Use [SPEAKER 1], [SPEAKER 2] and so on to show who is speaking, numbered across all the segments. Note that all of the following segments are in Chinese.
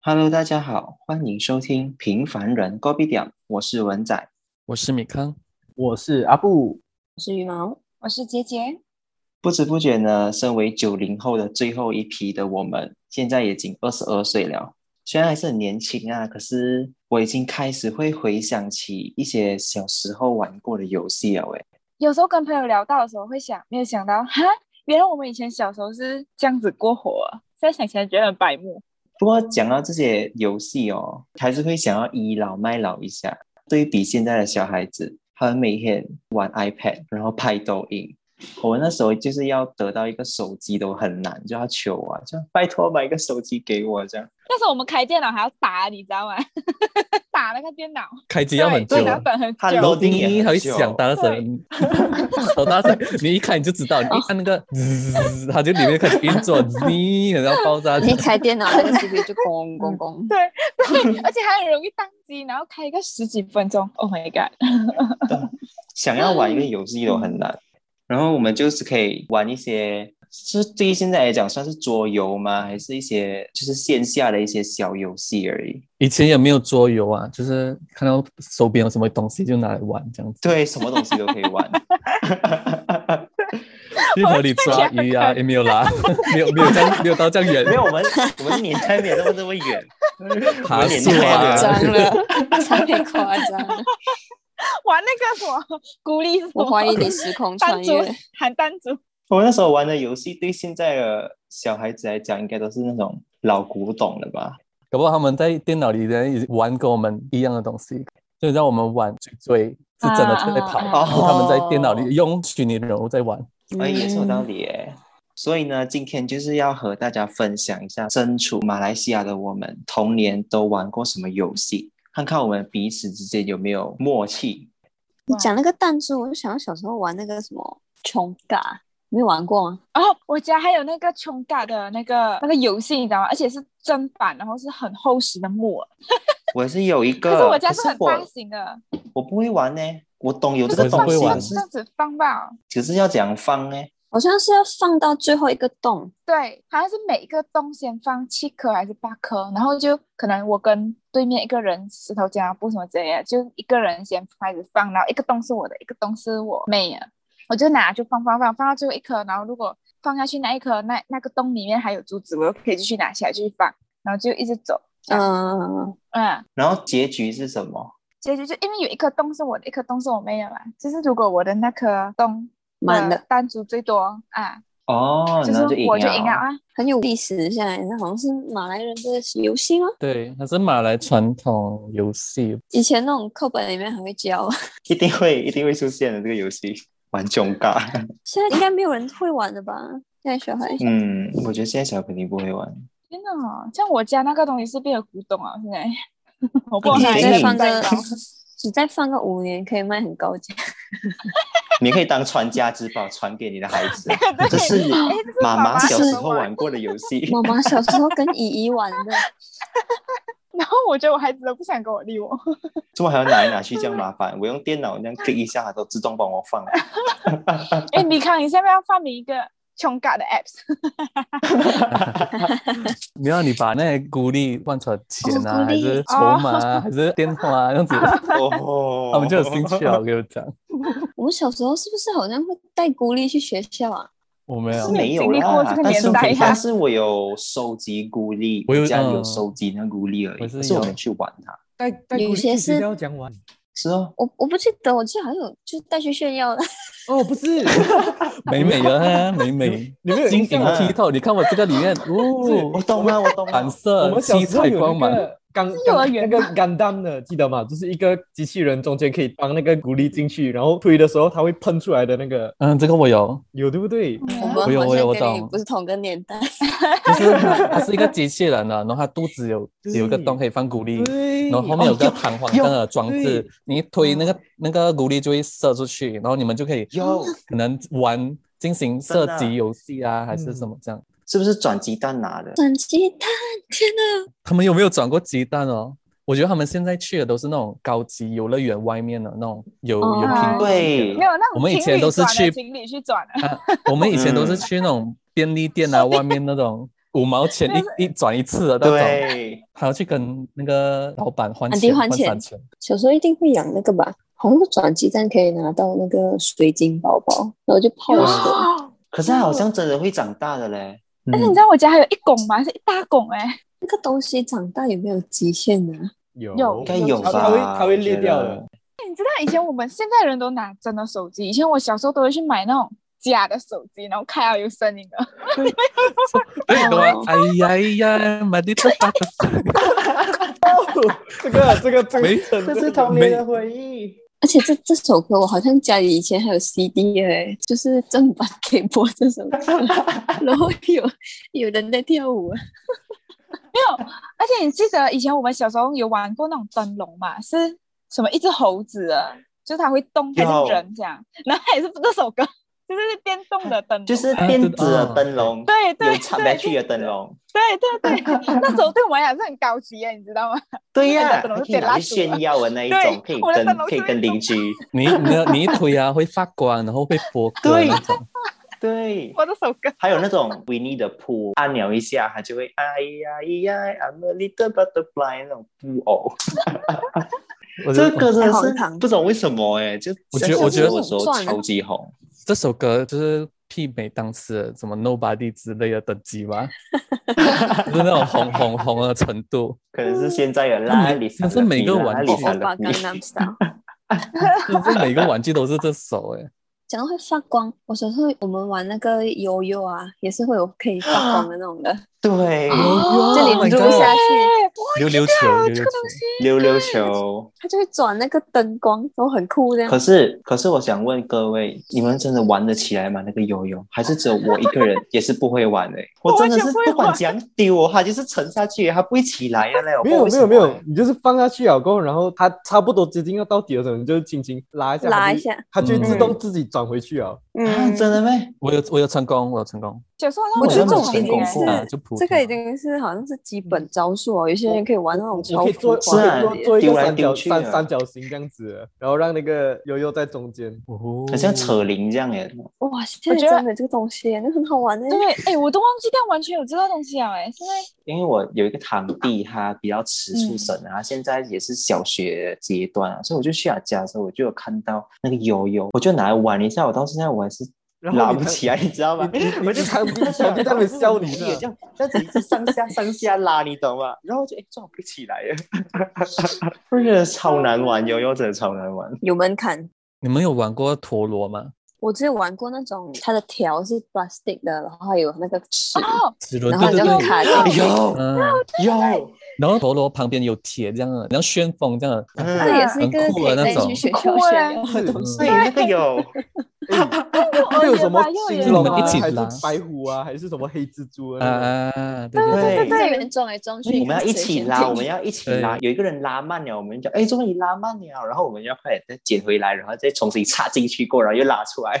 [SPEAKER 1] Hello，大家好，欢迎收听《平凡人高必点》，我是文仔。
[SPEAKER 2] 我是米康，
[SPEAKER 3] 我是啊阿布，
[SPEAKER 4] 我是羽毛，我是杰杰。
[SPEAKER 1] 不知不觉呢，身为九零后的最后一批的我们，现在已经二十二岁了。虽然还是很年轻啊，可是我已经开始会回想起一些小时候玩过的游戏了。欸喂，
[SPEAKER 4] 有时候跟朋友聊到的时候，会想没有想到，哈，原来我们以前小时候是这样子过活、啊。现在想起来觉得很白目。
[SPEAKER 1] 不过讲到这些游戏哦，还是会想要倚老卖老一下。对比现在的小孩子，他们每天玩 iPad，然后拍抖音。我们那时候就是要得到一个手机都很难，就要求啊，就拜托买一个手机给我这样。
[SPEAKER 4] 但是我们开电脑还要打，你知道吗？ 打那个电脑，
[SPEAKER 2] 开机要很久
[SPEAKER 4] 对，，打本很
[SPEAKER 1] 啊他
[SPEAKER 4] 久。
[SPEAKER 1] 楼
[SPEAKER 2] 楼
[SPEAKER 1] 梯
[SPEAKER 2] 丁
[SPEAKER 1] 也很
[SPEAKER 2] 一还
[SPEAKER 1] 久
[SPEAKER 2] 响，打到声，好大声！你一看你就知道，你一按那个滋，它就里面开始运作，滋，然后爆炸。
[SPEAKER 5] 你一开电脑那个 CPU 就咣 咣咣，
[SPEAKER 4] 对，而且还很容易宕机，然后开个十几分钟。Oh my god！
[SPEAKER 1] 想要玩一个游戏都很难。然后我们就是可以玩一些，是对于现在来讲算是桌游吗？还是一些就是线下的一些小游戏而已？
[SPEAKER 2] 以前也没有桌游啊，就是看到手边有什么东西就拿来玩这样子，
[SPEAKER 1] 对，什么东西都可以玩。
[SPEAKER 2] 去河里抓鱼啊，也没有 啦，没有没有这样，没有到这样远
[SPEAKER 1] 没，有，我们我们年代没有那么那么远，我
[SPEAKER 2] 爬
[SPEAKER 1] 们年
[SPEAKER 2] 树
[SPEAKER 1] 代
[SPEAKER 5] 夸
[SPEAKER 2] 啊
[SPEAKER 1] 的，
[SPEAKER 5] 张了，差点夸张了。
[SPEAKER 4] 玩那个什么孤立什么，
[SPEAKER 5] 我怀疑你时空穿
[SPEAKER 4] 弹珠
[SPEAKER 5] 越。
[SPEAKER 4] 喊弹珠。
[SPEAKER 1] 我们那时候玩的游戏，对现在的小孩子来讲，应该都是那种老古董了吧？
[SPEAKER 2] 搞不好他们在电脑里的也玩跟我们一样的东西，就让我们玩追追是真的在跑，
[SPEAKER 4] 啊哦
[SPEAKER 1] 啊啊
[SPEAKER 2] 然后他们在电脑里用虚拟人物在玩。
[SPEAKER 4] 嗯
[SPEAKER 1] 哎，也是有道理耶。所以呢，今天就是要和大家分享一下，身处马来西亚的我们，童年都玩过什么游戏，看看我们彼此之间有没有默契。
[SPEAKER 5] 你讲那个弹珠，我就想到小时候玩那个什么冲嘎，你有玩过吗？
[SPEAKER 4] 哦，我家还有那个冲嘎的那个那个游戏，你知道吗？而且是正版，然后是很厚实的木啊耳。
[SPEAKER 1] 我是有一个，
[SPEAKER 4] 可是我家
[SPEAKER 1] 可
[SPEAKER 4] 是
[SPEAKER 1] 是
[SPEAKER 4] 很大
[SPEAKER 1] 我
[SPEAKER 4] 型的，
[SPEAKER 1] 我不会玩呢，我懂有
[SPEAKER 4] 就
[SPEAKER 1] 这
[SPEAKER 4] 是
[SPEAKER 1] 个东
[SPEAKER 4] 放
[SPEAKER 2] 不会
[SPEAKER 1] 西，
[SPEAKER 2] 玩
[SPEAKER 1] 可
[SPEAKER 4] 这
[SPEAKER 1] 是
[SPEAKER 4] 样子放吧。
[SPEAKER 1] 可是要讲方呢，
[SPEAKER 5] 好像是要放到最后一个洞，
[SPEAKER 4] 对，好像是每一个洞先放七颗还是八颗，然后就可能我跟对面一个人石头剪刀布什么之类的，就一个人先开始放，然后一个洞是我的，一个洞是我妹的，我就拿就放放放放到最后一颗，然后如果放下去那一颗那那个洞里面还有珠子，我又可以继续拿起来继续放，然后就一直走，
[SPEAKER 5] 嗯、
[SPEAKER 4] 嗯。
[SPEAKER 1] 然后结局是什么？
[SPEAKER 4] 结局就因为有一颗洞是我的，一颗洞是我妹的嘛。就是如果我的那颗洞
[SPEAKER 5] 满了
[SPEAKER 4] 的弹珠最多啊，
[SPEAKER 1] 哦，
[SPEAKER 4] 就
[SPEAKER 1] 然
[SPEAKER 4] 是
[SPEAKER 1] 后赢
[SPEAKER 4] 我就赢了
[SPEAKER 1] 了。
[SPEAKER 4] 啊。
[SPEAKER 5] 很有历史。现在那好像是马来人的游戏吗？
[SPEAKER 2] 对，它是马来传统游戏，
[SPEAKER 5] 以前那种课本里面还会教，
[SPEAKER 1] 一定会一定会出现的这个游戏，玩囧尬。
[SPEAKER 5] 现在应该没有人会玩的吧？现在小孩
[SPEAKER 1] 嗯，我觉得现在小肯定不会玩。
[SPEAKER 4] 真的哦，像我家那个东西是变成古董啊，现在 我不
[SPEAKER 1] 哇
[SPEAKER 4] 知道哪
[SPEAKER 5] 你
[SPEAKER 4] 一
[SPEAKER 1] 还
[SPEAKER 5] 再
[SPEAKER 1] 哦是
[SPEAKER 5] 放
[SPEAKER 4] 个
[SPEAKER 5] 个
[SPEAKER 4] 在
[SPEAKER 5] 你再放个五年，可以卖很高价。
[SPEAKER 1] 你可以当传家之宝传给你的孩子，
[SPEAKER 4] 对
[SPEAKER 1] 这是
[SPEAKER 4] 哎这是
[SPEAKER 1] 妈妈
[SPEAKER 4] 妈
[SPEAKER 1] 小时
[SPEAKER 5] 是
[SPEAKER 1] 候啊玩过的游戏。
[SPEAKER 5] 妈妈小时候跟姨姨玩的，
[SPEAKER 4] 然后我觉得我孩子都不想跟我理我，
[SPEAKER 1] 怎么还要拿来拿去这样麻烦？我用电脑那样 click 一下，它都自动帮我 放。
[SPEAKER 4] 哎，米康，你下面要发明一个穷嘎的 apps，
[SPEAKER 2] 没有你把那些孤立换成钱啊，
[SPEAKER 5] 哦孤
[SPEAKER 2] 还
[SPEAKER 5] 立
[SPEAKER 2] 是筹码啊，还是电话啊，这样子，
[SPEAKER 1] 哦，
[SPEAKER 2] 他们就有兴趣了。我。跟你讲，
[SPEAKER 5] 我们小时候是不是好像会带孤立去学校啊？
[SPEAKER 2] 我没
[SPEAKER 1] 是
[SPEAKER 2] 有，
[SPEAKER 1] 没有
[SPEAKER 4] 经历过
[SPEAKER 1] 啦
[SPEAKER 4] 这，个
[SPEAKER 1] 但是
[SPEAKER 4] 年代啊
[SPEAKER 1] 我
[SPEAKER 4] 呀
[SPEAKER 1] 但是我有收集孤立，
[SPEAKER 2] 我有
[SPEAKER 1] 家里有
[SPEAKER 2] 嗯
[SPEAKER 1] 收集那孤立而
[SPEAKER 2] 我
[SPEAKER 1] 已，
[SPEAKER 2] 是
[SPEAKER 1] 但是我
[SPEAKER 2] 有
[SPEAKER 1] 没去玩它。
[SPEAKER 3] 带带
[SPEAKER 5] 有
[SPEAKER 3] 鼓励
[SPEAKER 5] 些
[SPEAKER 3] 其实
[SPEAKER 5] 是
[SPEAKER 3] 要讲完
[SPEAKER 1] 是哦，
[SPEAKER 5] 我我不记得，我记得好像有就是带去炫 耀的。
[SPEAKER 3] 哦，不是，
[SPEAKER 2] 美美啊，美美，
[SPEAKER 3] 你们有啊
[SPEAKER 2] 晶
[SPEAKER 3] 印
[SPEAKER 2] 莹
[SPEAKER 3] 象吗？
[SPEAKER 2] 剔透。你看我这个里 面，
[SPEAKER 1] 我
[SPEAKER 2] 哦，
[SPEAKER 1] 懂了，我懂
[SPEAKER 2] 反
[SPEAKER 1] 了。
[SPEAKER 3] 我
[SPEAKER 2] 射
[SPEAKER 3] 们小
[SPEAKER 2] 七
[SPEAKER 3] 时候
[SPEAKER 2] 彩
[SPEAKER 3] 有
[SPEAKER 2] 光
[SPEAKER 3] 那
[SPEAKER 2] 芒，
[SPEAKER 3] 个钢
[SPEAKER 4] 幼
[SPEAKER 3] 钢那
[SPEAKER 4] 儿园
[SPEAKER 3] 个 Gundam 的，记得吗？就是一个机器人中间可以帮那个鼓励进去，然后推的时候它会喷出来的那个，
[SPEAKER 2] 嗯，这个我有，
[SPEAKER 3] 有对不对？
[SPEAKER 5] 我
[SPEAKER 2] 我
[SPEAKER 5] 们
[SPEAKER 2] 有
[SPEAKER 5] 好
[SPEAKER 2] 我有
[SPEAKER 5] 像
[SPEAKER 2] 我
[SPEAKER 5] 跟你
[SPEAKER 2] 懂
[SPEAKER 5] 不是同个年代。
[SPEAKER 2] 就是它是一个机器人的，啊然后它肚子有
[SPEAKER 3] 对
[SPEAKER 2] 有一个洞可以放孤立，
[SPEAKER 3] 对，哦
[SPEAKER 2] 然后后面有个弹簧的装
[SPEAKER 3] 有
[SPEAKER 2] 置
[SPEAKER 3] 对，嗯
[SPEAKER 2] 你一推那个那个孤立就会射出去，然后你们就可以
[SPEAKER 1] 有，
[SPEAKER 2] 可能玩进行射
[SPEAKER 1] 真的
[SPEAKER 2] 击游戏啊，还是什么这样。
[SPEAKER 1] 是不是转鸡蛋拿的？
[SPEAKER 5] 转鸡蛋，天哪！
[SPEAKER 2] 他们有没有转过鸡蛋哦？我觉得他们现在去的都是那种高级游乐园外面的那种有有
[SPEAKER 5] 哦
[SPEAKER 2] 屏幕
[SPEAKER 1] 对
[SPEAKER 4] 没，有那
[SPEAKER 2] 我
[SPEAKER 4] 种
[SPEAKER 2] 们以
[SPEAKER 4] 情
[SPEAKER 2] 前
[SPEAKER 4] 侣
[SPEAKER 2] 都是
[SPEAKER 4] 转的
[SPEAKER 2] 去
[SPEAKER 4] 情侣去转的，
[SPEAKER 2] 啊，我们以前都是去那种便利店啊，外面那种五毛钱 一一转一次的那种，
[SPEAKER 1] 对，
[SPEAKER 2] 还要去跟那个老板换
[SPEAKER 5] 安迪
[SPEAKER 2] 钱
[SPEAKER 5] 换钱
[SPEAKER 2] 散钱。
[SPEAKER 5] 小时候一定会养那个吧，好像是转鸡蛋可以拿到那个水晶宝宝，然后就泡水。
[SPEAKER 1] 可是它好像真的会长大的嘞。
[SPEAKER 2] 嗯
[SPEAKER 4] 但是你知道我家还有一拱嘛，是一大拱哎、
[SPEAKER 5] 那个东西长大有没有极限呢、
[SPEAKER 3] 有
[SPEAKER 4] 有
[SPEAKER 1] 应该有吧？
[SPEAKER 3] 它它会它会裂掉的。
[SPEAKER 4] 你知道以前我们现在人都拿真的手机，以前我小时候都会去买那种假的手机，然后开了有声音的。
[SPEAKER 2] 对，
[SPEAKER 5] 哦
[SPEAKER 2] 懂啊！哎呀哎呀，买的这大的，
[SPEAKER 3] 这个这个 这
[SPEAKER 2] 没
[SPEAKER 3] 个真的
[SPEAKER 2] 没
[SPEAKER 1] 回忆。
[SPEAKER 5] 而且这这首歌我好像家里以前还有 CD 哎、就是正版可以播这首歌， 然后有有人在跳舞啊，
[SPEAKER 4] 而且你记得以前我们小时候有玩过那种灯笼嘛？是什么一只猴子的，就是它会动，它
[SPEAKER 1] 有
[SPEAKER 4] 是人这样，然后它也是这首歌， 就是电动的灯笼，
[SPEAKER 1] 就是电子的灯笼，
[SPEAKER 4] 对对
[SPEAKER 1] 有插 battery 的灯笼。
[SPEAKER 4] 对对对，那时候对我们来讲是很高级耶，你知道吗？
[SPEAKER 1] 对呀、
[SPEAKER 4] 日本的灯笼
[SPEAKER 1] 还可
[SPEAKER 4] 是
[SPEAKER 1] 以
[SPEAKER 4] 点
[SPEAKER 1] 拿
[SPEAKER 4] 蜡烛啊
[SPEAKER 1] 去炫耀的那一种，
[SPEAKER 4] 对
[SPEAKER 1] 可以
[SPEAKER 4] 我的
[SPEAKER 1] 跟
[SPEAKER 4] 灯笼
[SPEAKER 1] 可以
[SPEAKER 4] 是
[SPEAKER 1] 跟
[SPEAKER 4] 那种
[SPEAKER 1] 邻居。
[SPEAKER 2] 你你的你一推啊会发光，然后会播歌
[SPEAKER 1] 对
[SPEAKER 2] 那种。
[SPEAKER 1] 对，
[SPEAKER 4] 我这首歌，
[SPEAKER 1] 还有那种维尼的铺，按钮一下，它就会哎呀咿呀，I'm a little butterfly 那种布偶。
[SPEAKER 2] 我觉
[SPEAKER 1] 这
[SPEAKER 2] 得
[SPEAKER 1] 个真的
[SPEAKER 5] 好
[SPEAKER 1] 是
[SPEAKER 5] 糖
[SPEAKER 1] 不懂为什么哎、就
[SPEAKER 2] 我觉得
[SPEAKER 1] 在
[SPEAKER 2] 我觉得
[SPEAKER 1] 小时候的
[SPEAKER 5] 赚
[SPEAKER 1] 时
[SPEAKER 5] 了
[SPEAKER 1] 候超级红。
[SPEAKER 2] 这首歌就是媲美当时的什么 Nobody 之类的等级吧，就是那种红红红的程度，
[SPEAKER 1] 可能是现在的拉里莎乐
[SPEAKER 2] 但
[SPEAKER 1] 蒂，
[SPEAKER 2] 是每个玩具
[SPEAKER 1] 拉
[SPEAKER 5] 欧
[SPEAKER 1] 里莎
[SPEAKER 5] 欧巴
[SPEAKER 1] 乐蒂
[SPEAKER 5] 刚 Gangnam Style。
[SPEAKER 2] 就是每个玩具都是这首哎、
[SPEAKER 5] 讲到会发光，我小时候我们玩那个悠悠啊，也是会有可以发光的那种的，
[SPEAKER 1] 对，
[SPEAKER 5] 这里
[SPEAKER 2] Oh my
[SPEAKER 5] 撸
[SPEAKER 2] god
[SPEAKER 5] 下去，
[SPEAKER 4] 哎，
[SPEAKER 2] 溜溜球，
[SPEAKER 5] 啊
[SPEAKER 4] 哇，
[SPEAKER 2] 溜溜球，
[SPEAKER 4] 这个东西
[SPEAKER 1] 溜溜球。
[SPEAKER 5] 它就会转那个灯光，然后很酷这样
[SPEAKER 1] 可。是，可是我想问各位，你们真的玩得起来吗？那个游泳，还是只有我一个人也是不会玩的、 我真的是不管怎样丢哦，它就是沉下去，它不会起来的嘞。我不
[SPEAKER 3] 没
[SPEAKER 1] 知道
[SPEAKER 3] 有
[SPEAKER 1] 为
[SPEAKER 3] 没
[SPEAKER 1] 什
[SPEAKER 3] 有
[SPEAKER 1] 么
[SPEAKER 3] 没有，你就是放下去了过后，然后它差不多接近要到底的时候，你就轻轻拉一下，
[SPEAKER 5] 拉
[SPEAKER 3] 它
[SPEAKER 5] 一
[SPEAKER 3] 就
[SPEAKER 5] 下，
[SPEAKER 3] 它就会自
[SPEAKER 1] 嗯
[SPEAKER 3] 动自己转回去啊。
[SPEAKER 1] 啊真的咩？
[SPEAKER 2] 我有我有成功，我有成功，
[SPEAKER 4] 小时候那
[SPEAKER 5] 我觉得这
[SPEAKER 4] 种很
[SPEAKER 5] 种
[SPEAKER 4] 便
[SPEAKER 5] 已
[SPEAKER 4] 宜
[SPEAKER 5] 经
[SPEAKER 4] 耶
[SPEAKER 5] 是
[SPEAKER 2] 啊就普通
[SPEAKER 5] 这个已经是好像是基本招数哦，有些人可以玩那种
[SPEAKER 3] 我
[SPEAKER 5] 超
[SPEAKER 3] 可以做，
[SPEAKER 5] 浮夸
[SPEAKER 1] 是啊
[SPEAKER 5] 的
[SPEAKER 3] 我可以做做一个
[SPEAKER 1] 丢来丢
[SPEAKER 3] 三角
[SPEAKER 1] 去的啊
[SPEAKER 3] 三三角形这样子，然后让那个悠悠在中间。
[SPEAKER 2] 哦
[SPEAKER 1] 很像扯铃这样欸耶。
[SPEAKER 5] 哇，现在
[SPEAKER 4] 我觉得
[SPEAKER 5] 真的有这个东西，那很好玩哎。
[SPEAKER 4] 对，哎，我都忘记掉完全有这个东西了，哎，现在
[SPEAKER 1] 因为我有一个堂弟，他比较迟出生啊，他现在也是小学阶段啊，所以我就去他家的时候，我就有看到那个游泳，我就拿来玩一下，我到现在我还是
[SPEAKER 3] 然后
[SPEAKER 1] 拉
[SPEAKER 3] 你
[SPEAKER 1] 不
[SPEAKER 3] 看
[SPEAKER 1] 起啊来，你知道吗？
[SPEAKER 3] 你你
[SPEAKER 1] 我
[SPEAKER 3] 你
[SPEAKER 1] 就
[SPEAKER 3] 堂弟
[SPEAKER 1] 看
[SPEAKER 3] 堂弟 在那边笑你
[SPEAKER 1] 这
[SPEAKER 3] 呢。
[SPEAKER 1] 样 这样子一直上下上下拉，你懂吗？然后我就哎撞不起来 耶，我觉得超难玩，悠悠真的超难玩。
[SPEAKER 5] 有门槛。
[SPEAKER 2] 你们有玩过陀螺吗？
[SPEAKER 5] 我之前玩过那种，它的条是 plastic 的，然后还有那个尺，
[SPEAKER 1] 啊
[SPEAKER 4] 哦，
[SPEAKER 2] 齿轮
[SPEAKER 5] 然后
[SPEAKER 2] 对
[SPEAKER 5] 你
[SPEAKER 2] 对
[SPEAKER 5] 就
[SPEAKER 2] 对，
[SPEAKER 5] 卡
[SPEAKER 4] 对
[SPEAKER 5] 进 去。
[SPEAKER 1] 有
[SPEAKER 2] 嗯，
[SPEAKER 1] 有，
[SPEAKER 2] 然后陀螺旁边有铁这样的，然后旋风这样的，
[SPEAKER 1] 嗯
[SPEAKER 5] 这也是一个
[SPEAKER 2] 很酷的
[SPEAKER 5] 可以
[SPEAKER 2] 那
[SPEAKER 5] 带
[SPEAKER 2] 种
[SPEAKER 5] 去学
[SPEAKER 4] 很
[SPEAKER 5] 校
[SPEAKER 4] 酷
[SPEAKER 5] 炫
[SPEAKER 4] 欸
[SPEAKER 5] 耀的
[SPEAKER 3] 是
[SPEAKER 5] 东西。
[SPEAKER 1] 对，那个有，
[SPEAKER 3] 会有什么
[SPEAKER 4] 又
[SPEAKER 3] 青
[SPEAKER 4] 有
[SPEAKER 3] 龙
[SPEAKER 2] 我们
[SPEAKER 3] 啊，
[SPEAKER 2] 一起
[SPEAKER 3] 还是
[SPEAKER 2] 拉
[SPEAKER 3] 白虎啊，还是什么黑蜘蛛啊那种？
[SPEAKER 2] 啊，对对
[SPEAKER 1] 对
[SPEAKER 5] 在那边撞来撞去，
[SPEAKER 1] 我们要一起拉，我们
[SPEAKER 5] 要
[SPEAKER 1] 要一起拉。有一个人拉慢了，我们就哎，终于拉慢了，然后我们要快点再捡回来，然后再重新插进去过，然后又拉出来。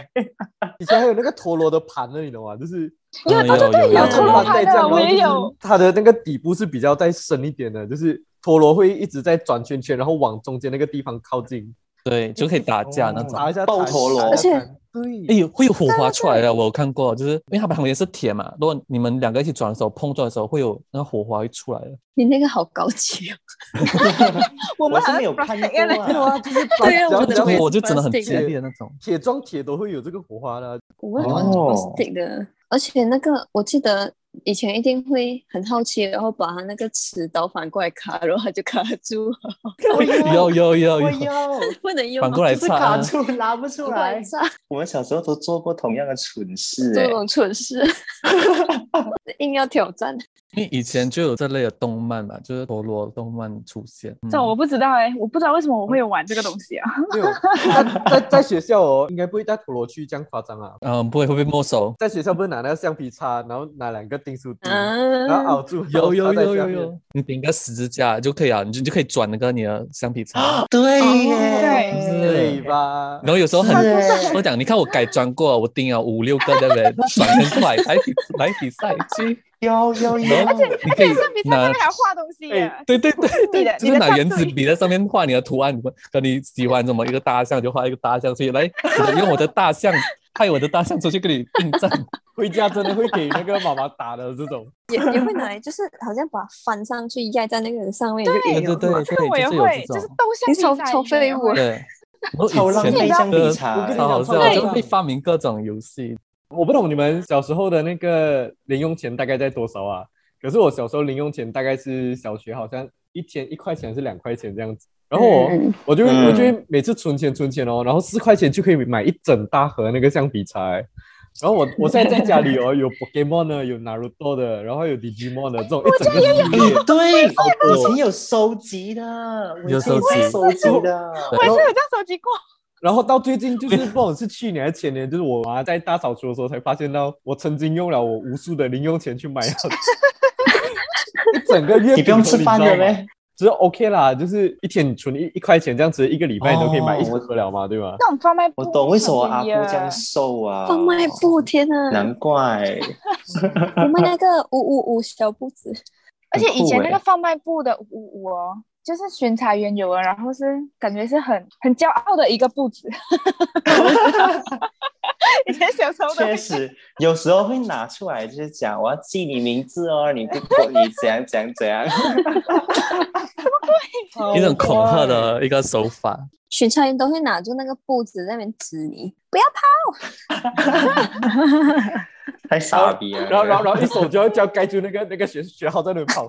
[SPEAKER 3] 以前还有那个陀螺的盘呢，你懂吗？就是
[SPEAKER 2] 对，
[SPEAKER 4] 有 对对
[SPEAKER 3] 然后
[SPEAKER 4] 哦有陀
[SPEAKER 3] 从
[SPEAKER 4] 螺
[SPEAKER 3] 盘
[SPEAKER 4] 盘
[SPEAKER 3] 带
[SPEAKER 4] 的
[SPEAKER 3] 这样，
[SPEAKER 4] 我也
[SPEAKER 3] 然后就是
[SPEAKER 4] 有
[SPEAKER 3] 它的那个底部是比较再深一点的，就是陀螺会一直在转圈圈，然后往中间那个地方靠近，
[SPEAKER 2] 对，就可以打架那种。
[SPEAKER 3] 打一下
[SPEAKER 1] 抱
[SPEAKER 3] 弹
[SPEAKER 1] 陀螺
[SPEAKER 3] 打一下
[SPEAKER 5] 而
[SPEAKER 3] 弹对，
[SPEAKER 2] 哎呦，会有火花出来的，我有看过，就是因为它旁边是铁嘛，如果你们两个一起转的时候碰撞的时候，会有那个火花会出来的。
[SPEAKER 5] 你那个好高级哦！
[SPEAKER 4] 我
[SPEAKER 1] 我
[SPEAKER 4] 们
[SPEAKER 1] 是
[SPEAKER 4] 好
[SPEAKER 1] 没
[SPEAKER 4] 像
[SPEAKER 1] 有
[SPEAKER 4] 不
[SPEAKER 1] 看
[SPEAKER 4] 太一样
[SPEAKER 1] 过
[SPEAKER 3] 没 有
[SPEAKER 1] 啊。
[SPEAKER 3] 啊，就是
[SPEAKER 5] 对啊
[SPEAKER 3] 只要只
[SPEAKER 5] 我的
[SPEAKER 3] 要
[SPEAKER 5] 对
[SPEAKER 2] 我就真的很激烈那种。
[SPEAKER 3] 铁撞铁都会有这个火花的啊，
[SPEAKER 5] 我们
[SPEAKER 2] 哦
[SPEAKER 5] 玩 plastic 的，而且那个我记得以前一定会很好奇，然后把它那个尺倒反过来卡，然后它就卡住了，
[SPEAKER 2] 有有有
[SPEAKER 1] 啊我
[SPEAKER 2] 有，
[SPEAKER 1] 有，
[SPEAKER 5] 不能用。
[SPEAKER 2] 反过来
[SPEAKER 1] 就是卡
[SPEAKER 2] 擦，啊
[SPEAKER 1] 住拉不出
[SPEAKER 5] 反过来
[SPEAKER 1] 来。
[SPEAKER 5] 炸，
[SPEAKER 1] 我们小时候都做过同样的蠢事
[SPEAKER 5] 做
[SPEAKER 1] 哎
[SPEAKER 5] 这、种蠢事，硬要挑 战。
[SPEAKER 2] 因为以前就有这类的动漫嘛，就是陀螺动漫出现。嗯
[SPEAKER 4] 这我不知道哎，我不知道为什么我会有玩这个东西啊。
[SPEAKER 3] 没有在在在学校哦，应该不会带陀螺去这样夸张啊。
[SPEAKER 2] 嗯，不会会被没收。
[SPEAKER 3] 在学校不是拿那个橡皮擦，然后拿两个钉书
[SPEAKER 2] 嗯
[SPEAKER 3] 钉，然
[SPEAKER 2] 哦
[SPEAKER 3] 后
[SPEAKER 5] 啊，
[SPEAKER 3] 咬住，
[SPEAKER 2] 有 有
[SPEAKER 3] 然后插在
[SPEAKER 2] 有
[SPEAKER 3] 下
[SPEAKER 2] 有
[SPEAKER 3] 面
[SPEAKER 2] 有，你顶个十字架就可以啊，你就你就可以转那个你的橡皮擦。
[SPEAKER 1] 对
[SPEAKER 4] 对
[SPEAKER 2] 嗯
[SPEAKER 1] 耶，
[SPEAKER 3] 对 吧？
[SPEAKER 2] 然后有时候很
[SPEAKER 1] 是耶
[SPEAKER 2] 我讲，你看我改装过，我盯了五六个对不对？转很快，来比来比赛去。西，
[SPEAKER 1] 有有有，
[SPEAKER 2] 然后你 可以
[SPEAKER 4] 橡皮擦
[SPEAKER 2] 拿
[SPEAKER 4] 上面还画东西耶，
[SPEAKER 2] 对对对
[SPEAKER 4] 啊
[SPEAKER 2] 对，
[SPEAKER 4] 你的
[SPEAKER 2] 就是
[SPEAKER 4] 你的
[SPEAKER 2] 拿
[SPEAKER 4] 战
[SPEAKER 2] 原子
[SPEAKER 4] 队
[SPEAKER 2] 笔在上面画你的图案，跟你喜欢什么一个大象就画一个大象，所以来我用我的大象派我的大象出去跟你应战，
[SPEAKER 3] 回家真的会给那个妈妈打的这种。
[SPEAKER 5] 也也会拿来，就是好像把它翻上去压在那个人上面，就
[SPEAKER 2] 对
[SPEAKER 5] 也
[SPEAKER 2] 对
[SPEAKER 5] 有
[SPEAKER 2] 对
[SPEAKER 5] 嘛
[SPEAKER 2] 对，
[SPEAKER 4] 这 个我也
[SPEAKER 2] 就是有
[SPEAKER 4] 会，
[SPEAKER 2] 这
[SPEAKER 4] 就是
[SPEAKER 2] 种，
[SPEAKER 4] 斗
[SPEAKER 5] 你
[SPEAKER 4] 橡
[SPEAKER 5] 抽
[SPEAKER 4] 皮擦，
[SPEAKER 5] 抽废物啊
[SPEAKER 2] 对，
[SPEAKER 1] 超
[SPEAKER 2] 我以
[SPEAKER 1] 浪
[SPEAKER 2] 前
[SPEAKER 1] 费
[SPEAKER 2] 那
[SPEAKER 1] 橡皮
[SPEAKER 2] 个
[SPEAKER 1] 擦
[SPEAKER 3] 我，跟
[SPEAKER 2] 超好笑，
[SPEAKER 4] 对
[SPEAKER 2] 就会发明各种游戏，
[SPEAKER 3] 我不懂你们小时候的那个零用钱大概在多少啊？可是我小时候零用钱大概是小学好像一天一块钱还是两块钱这样子，然后我、
[SPEAKER 5] 嗯
[SPEAKER 3] 我就会、
[SPEAKER 1] 嗯
[SPEAKER 3] 我就会每次存钱存钱哦，然后四块钱就可以买一整大盒那个橡皮擦欸、然后我我现在在家里哦，有 Pokemon 的，有 Naruto 的，然后有 Digimon 的这种一整个系 列，
[SPEAKER 1] 哎，对，
[SPEAKER 3] 多
[SPEAKER 1] 以前有收集的，我以前
[SPEAKER 2] 有收集
[SPEAKER 1] 收集的，
[SPEAKER 2] 对
[SPEAKER 4] 我也是有这样手机过，
[SPEAKER 3] 然后到最近就是不管是去年还是前年，就是我妈在大扫除的时候才发现到，我曾经用了我无数的零用钱去买了一整个月
[SPEAKER 1] 你
[SPEAKER 3] 饼
[SPEAKER 1] 不
[SPEAKER 3] 盒，
[SPEAKER 1] 用吃饭的
[SPEAKER 3] 你知道吗
[SPEAKER 1] 咩？
[SPEAKER 3] 只是 OK 啦，就是一天你存一一块钱这样子，一个礼拜你都可以买
[SPEAKER 1] 哦
[SPEAKER 3] 一盒了嘛，对吧？
[SPEAKER 4] 那种贩卖部
[SPEAKER 1] 我懂为什么阿布
[SPEAKER 4] 很便宜啊
[SPEAKER 1] 这样瘦啊，
[SPEAKER 5] 放卖布，天啊！
[SPEAKER 1] 难怪。
[SPEAKER 5] 我们那个五五五小步子，
[SPEAKER 4] 而且以前那
[SPEAKER 1] 很酷
[SPEAKER 4] 个
[SPEAKER 1] 欸
[SPEAKER 4] 贩卖部的五五哦，就是巡查员有啊，然后是感觉是很很骄傲的一个步子。 以前小时候的
[SPEAKER 1] 确实，有时候会拿出来，就是讲我要记你名字哦，你不过你怎样怎样怎样。
[SPEAKER 2] 一种恐吓的一个手法。
[SPEAKER 5] 巡查员都会拿住那个布子在那边指你，不要怕。
[SPEAKER 1] 太傻逼啊了。
[SPEAKER 3] 然后，然后，然后一手就要就要盖住那个那个学学号在那里跑，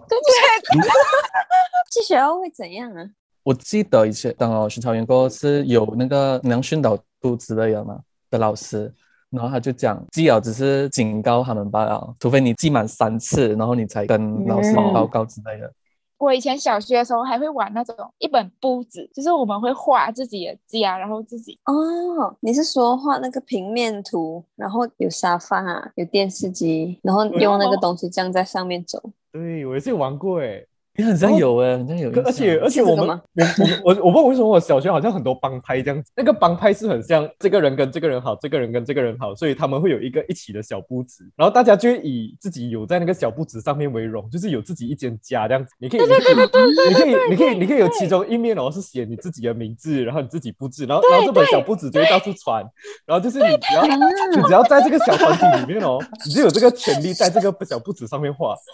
[SPEAKER 5] 去学校会怎样啊？
[SPEAKER 2] 我记得以前当我巡查员过后是有那个能训导处之类的嘛的老师，然后他就讲记了只是警告他们罢了，除非你记满三次，然后你才跟老师
[SPEAKER 5] 嗯
[SPEAKER 2] 报告之类的。
[SPEAKER 4] 我以前小学的时候还会玩那种一本簿子，就是我们会画自己的家，然后自己
[SPEAKER 5] 哦，你是说画那个平面图，然后有沙发、啊有电视机，然后用那个东西这样在上面走。
[SPEAKER 3] 对我也是有玩过诶。
[SPEAKER 2] 你很像有诶，很像有印象，
[SPEAKER 3] 可而且而且
[SPEAKER 5] 是这
[SPEAKER 3] 我
[SPEAKER 5] 个
[SPEAKER 3] 们
[SPEAKER 5] 吗
[SPEAKER 3] 我我我不知道为什么我小学好像很多帮派这样子，那个帮派是很像这个人跟这个人好，这个人跟这个人好，所以他们会有一个一起的小布置，然后大家就会以自己有在那个小布置上面为荣，就是有自己一间家这样子。你可以你可以你可以你可以你可以有其中一面哦是写你自己的名字，然后你自己布置，然后然后这本小布子就会到处传，然后就是你只要你只要在这个小团体里面哦，你就有这个权利在这个小布子上面画。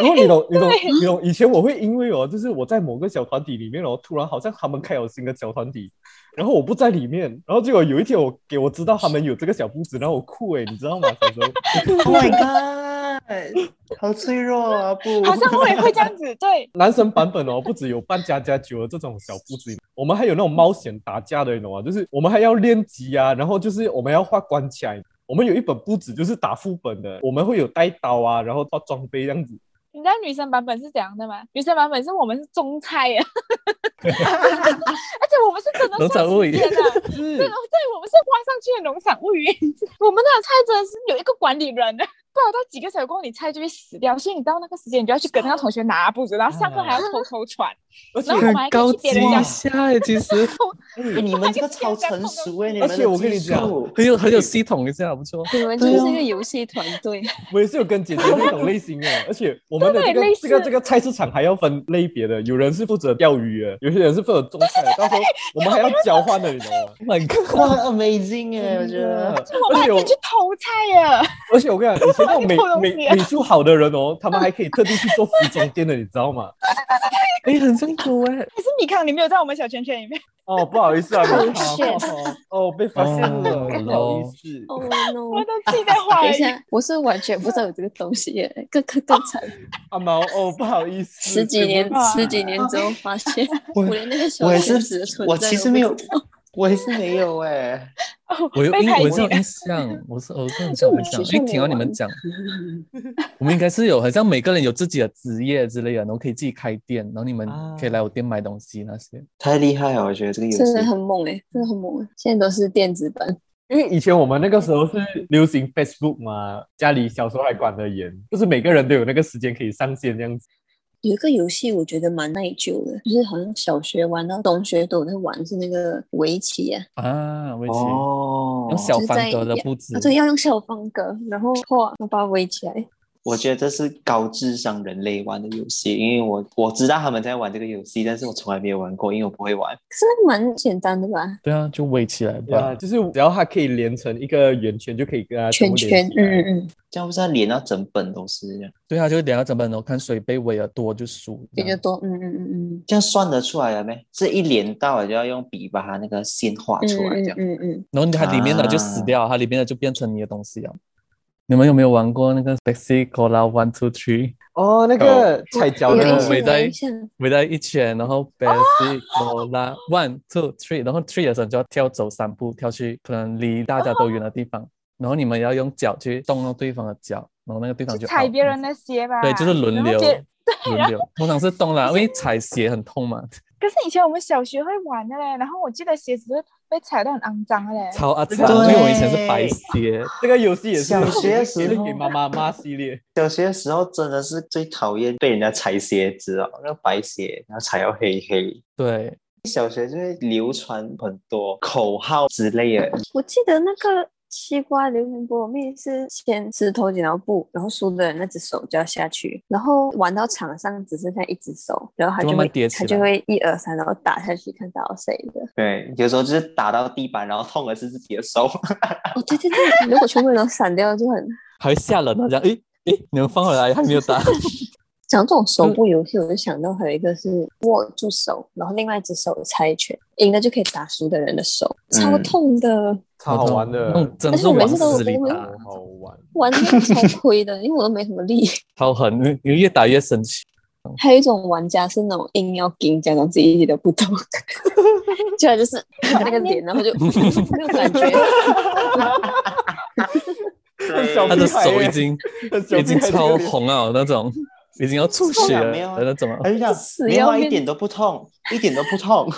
[SPEAKER 3] 如果你懂，你懂，你懂。以前我会因为哦，就是我在某个小团体里面哦，突然好像他们开有新的小团体，然后我不在里面，然后结果有一天我给我知道他们有这个小布子，然后我哭诶，你知道吗？小时候
[SPEAKER 1] ，Oh my god，好哎脆弱啊！不，
[SPEAKER 4] 好像我也会这样子，对，
[SPEAKER 3] 男生版本哦，不只有扮家家酒的这种小布子，我们还有那种冒险打架的，你懂吗？就是我们还要练级啊，然后就是我们要画关卡，我们有一本布子就是打副本的，我们会有带刀啊，然后到装备这样子。
[SPEAKER 4] 你知道女生版本是怎样的吗？女生版本是我们是中菜 呀，而且我们是真的
[SPEAKER 2] 农场物语
[SPEAKER 4] 算时间 的，
[SPEAKER 3] 是
[SPEAKER 4] 对，对，我们是花上去的农场物语，我们那个菜真的是有一个管理人的，不然到几个小时过后你菜就会死掉，所以你到那个时间你就要去跟那个同学拿布子，然后上课还要偷偷 传，
[SPEAKER 3] 而
[SPEAKER 4] 然后我
[SPEAKER 3] 且
[SPEAKER 4] 们还
[SPEAKER 2] 很
[SPEAKER 4] 可以
[SPEAKER 2] 高
[SPEAKER 4] 去
[SPEAKER 2] 级
[SPEAKER 4] 别人家
[SPEAKER 2] 一下诶，其 实
[SPEAKER 1] 哎你们这个超成熟哎，你们
[SPEAKER 3] 而且我跟你讲
[SPEAKER 2] 很有很有系统一下，不错。Oh
[SPEAKER 5] 你们就是一个游戏团队，
[SPEAKER 3] 我也是有跟姐姐那种类型的，而且我们的这
[SPEAKER 4] 对
[SPEAKER 3] 个
[SPEAKER 4] 类似
[SPEAKER 3] 这个这个菜市场还要分类别的，有人是负责钓鱼的，有些人是负责种菜的，到时候我们还要交换的，你懂吗？
[SPEAKER 2] Oh my god，
[SPEAKER 1] 哇，amazing 哎，我觉得。
[SPEAKER 4] 我
[SPEAKER 3] 而
[SPEAKER 4] 们还
[SPEAKER 3] 且
[SPEAKER 4] 可
[SPEAKER 3] 我
[SPEAKER 4] 以去偷菜呀，
[SPEAKER 3] 而且我跟你讲，以前那种美
[SPEAKER 4] 偷东西
[SPEAKER 3] 美
[SPEAKER 4] 啊
[SPEAKER 3] 美术好的人哦，他们还可以特地去做服装店的，你知道吗？
[SPEAKER 2] 诶，很像有诶。
[SPEAKER 4] 还是米康你没有在我们小圈圈里面？
[SPEAKER 3] 哦，不好意思啊，
[SPEAKER 5] Oh
[SPEAKER 3] 没看到哦，被发现了，
[SPEAKER 2] Oh
[SPEAKER 3] 不好意思。
[SPEAKER 5] 哦、
[SPEAKER 4] 我
[SPEAKER 5] no！
[SPEAKER 4] 都气 得
[SPEAKER 5] 等
[SPEAKER 4] 坏
[SPEAKER 5] 一
[SPEAKER 4] 了。
[SPEAKER 5] 下，我是完全不知道有这个东西耶，更更更惨，
[SPEAKER 3] 阿毛，哦，不好意思，
[SPEAKER 5] 十几年
[SPEAKER 3] 对不起
[SPEAKER 5] 十几年之后发现，
[SPEAKER 1] 我
[SPEAKER 5] 我连那个小
[SPEAKER 1] 我也
[SPEAKER 5] 圈子
[SPEAKER 1] 是
[SPEAKER 5] 的，存
[SPEAKER 1] 我
[SPEAKER 5] 在
[SPEAKER 1] 其
[SPEAKER 5] 都
[SPEAKER 1] 实
[SPEAKER 5] 不
[SPEAKER 1] 没
[SPEAKER 5] 知
[SPEAKER 1] 有，我也是没有哎。
[SPEAKER 2] 我有
[SPEAKER 4] 被
[SPEAKER 2] 印，
[SPEAKER 4] 排
[SPEAKER 2] 我是
[SPEAKER 4] 挤
[SPEAKER 2] 有印象，我是我是很像很像，
[SPEAKER 5] 其实
[SPEAKER 2] 因为听到你
[SPEAKER 5] 我
[SPEAKER 2] 们
[SPEAKER 5] 玩
[SPEAKER 2] 讲，我们应该是有，好像每个人有自己的职业之类的，然后可以自己开店，然后你们
[SPEAKER 3] 啊
[SPEAKER 2] 可以来我店买东西那 些。
[SPEAKER 4] 哦
[SPEAKER 1] 太厉害了，我觉得这个游戏
[SPEAKER 5] 真的很猛哎，真的很猛哎！现在都是电子版，
[SPEAKER 3] 因为以前我们那个时候是流行 Facebook 嘛，家里小时候还管得严，就是每个人都有那个时间可以上线这样子。
[SPEAKER 5] 有一个游戏我觉得蛮耐久的，就是好像小学玩到中学都有在玩，是那个围棋啊，
[SPEAKER 2] 啊，围棋，
[SPEAKER 1] 哦
[SPEAKER 2] 用。小
[SPEAKER 5] 就是
[SPEAKER 2] 方
[SPEAKER 5] 在
[SPEAKER 2] 格的
[SPEAKER 5] 演
[SPEAKER 2] 布置
[SPEAKER 5] 啊，对，要用小方格，然后画，然后把它围起来。
[SPEAKER 1] 我觉得这是高智商人类玩的游戏，因为我我知道他们在玩这个游戏，但是我从来没有玩过，因为我不会玩。
[SPEAKER 5] 可是蛮简单的吧？
[SPEAKER 2] 对啊，就围起来
[SPEAKER 3] 对啊，
[SPEAKER 2] 吧。
[SPEAKER 3] 就是只要它可以连成一个圆圈，就可以跟它全
[SPEAKER 5] 圈
[SPEAKER 3] 部
[SPEAKER 5] 圈
[SPEAKER 3] 连，起来
[SPEAKER 5] 嗯嗯，
[SPEAKER 1] 这样不是要连到整本都是这样，
[SPEAKER 2] 对啊，就是两个整本，然后看谁被围的多就输。这
[SPEAKER 5] 比较
[SPEAKER 2] 样
[SPEAKER 5] 多，嗯嗯嗯
[SPEAKER 1] 这样算得出来了没？这一连到了就要用笔把它那个线画
[SPEAKER 5] 嗯，
[SPEAKER 1] 出来，这样、
[SPEAKER 5] 嗯嗯嗯
[SPEAKER 2] 然后它里面的就死掉，它里面的就变成你的东西啊。你们有没有玩过那个 Taxi Cola One Two Three？
[SPEAKER 3] 哦，那个踩脚
[SPEAKER 5] 嗯，有
[SPEAKER 3] 的
[SPEAKER 2] 那
[SPEAKER 5] 印
[SPEAKER 2] 个
[SPEAKER 5] 象，
[SPEAKER 2] 围
[SPEAKER 5] 有
[SPEAKER 2] 在
[SPEAKER 5] 印象，
[SPEAKER 2] 围在一圈，然后 Taxi Cola One Two Three，然后 three 的时候你就要跳走三步，跳去可能离大家都远的地方，然后你们要用脚去动到对方的脚，然后那个地方就
[SPEAKER 4] 就踩
[SPEAKER 2] out
[SPEAKER 4] 别人的啊鞋吧。
[SPEAKER 2] 对，就是轮
[SPEAKER 4] 然后
[SPEAKER 2] 流
[SPEAKER 4] 别。
[SPEAKER 2] 轮流，通常是动啦，因为踩鞋很痛嘛，
[SPEAKER 4] 可是以前我们小学会玩的嘞，然后我记得鞋子会被踩到很肮脏的嘞。
[SPEAKER 2] 超啊惨，
[SPEAKER 1] 对
[SPEAKER 2] 因为我以前是白鞋，
[SPEAKER 3] 这个游戏也是
[SPEAKER 1] 小学的
[SPEAKER 3] 是
[SPEAKER 1] 时候
[SPEAKER 3] 给妈妈骂系列。
[SPEAKER 1] 小学的时候真的是最讨厌被人家踩鞋子哦，那白鞋，然后踩到黑黑。
[SPEAKER 2] 对，
[SPEAKER 1] 小学就会流传很多口号之类的，
[SPEAKER 5] 我记得那个西瓜榴莲菠萝蜜是先石头剪刀布，然后输的人那只手就要下去，然后玩到场上只剩下一只手，然后他
[SPEAKER 2] 就
[SPEAKER 5] 就
[SPEAKER 2] 慢慢
[SPEAKER 5] 会
[SPEAKER 2] 叠起
[SPEAKER 5] 他
[SPEAKER 2] 来
[SPEAKER 5] 就会一二三，然后打下去看打到谁的。
[SPEAKER 1] 对，有时候就是打到地板，然后痛的是自己的 手。
[SPEAKER 5] 哦，对对对，如果全部人都闪掉就很。
[SPEAKER 2] 还会吓人啊，这样，诶诶，你们放回来还没有打，
[SPEAKER 5] 讲这种手部游戏，我就想到还有一个是握住手，然后另外一只手猜拳，赢了就可以打输的人的手，超
[SPEAKER 1] 嗯
[SPEAKER 5] 痛的，
[SPEAKER 3] 超好玩的，
[SPEAKER 2] 弄真的是
[SPEAKER 5] 但呃是我每
[SPEAKER 2] 往
[SPEAKER 5] 次都
[SPEAKER 2] 死里
[SPEAKER 5] 我每
[SPEAKER 2] 打
[SPEAKER 5] 次，
[SPEAKER 3] 好玩。
[SPEAKER 5] 玩的超 亏的，因为我都没什么力。
[SPEAKER 2] 超狠，你越打越生气。
[SPEAKER 5] 还有一种玩家是那种硬要盯，假装自己一点都不 懂，就他就是看那个脸，然后 就没有感觉。
[SPEAKER 1] 对
[SPEAKER 3] 小
[SPEAKER 2] 他
[SPEAKER 3] 屁
[SPEAKER 2] 的
[SPEAKER 3] 孩
[SPEAKER 2] 手已经已经超红了 那种，已经要出血
[SPEAKER 1] 没有
[SPEAKER 2] 了
[SPEAKER 1] 啊
[SPEAKER 2] 的那种。
[SPEAKER 1] 而且讲
[SPEAKER 5] 死
[SPEAKER 1] 棉
[SPEAKER 5] 要
[SPEAKER 1] 花一
[SPEAKER 5] 面
[SPEAKER 1] 点都不痛，一点都不痛。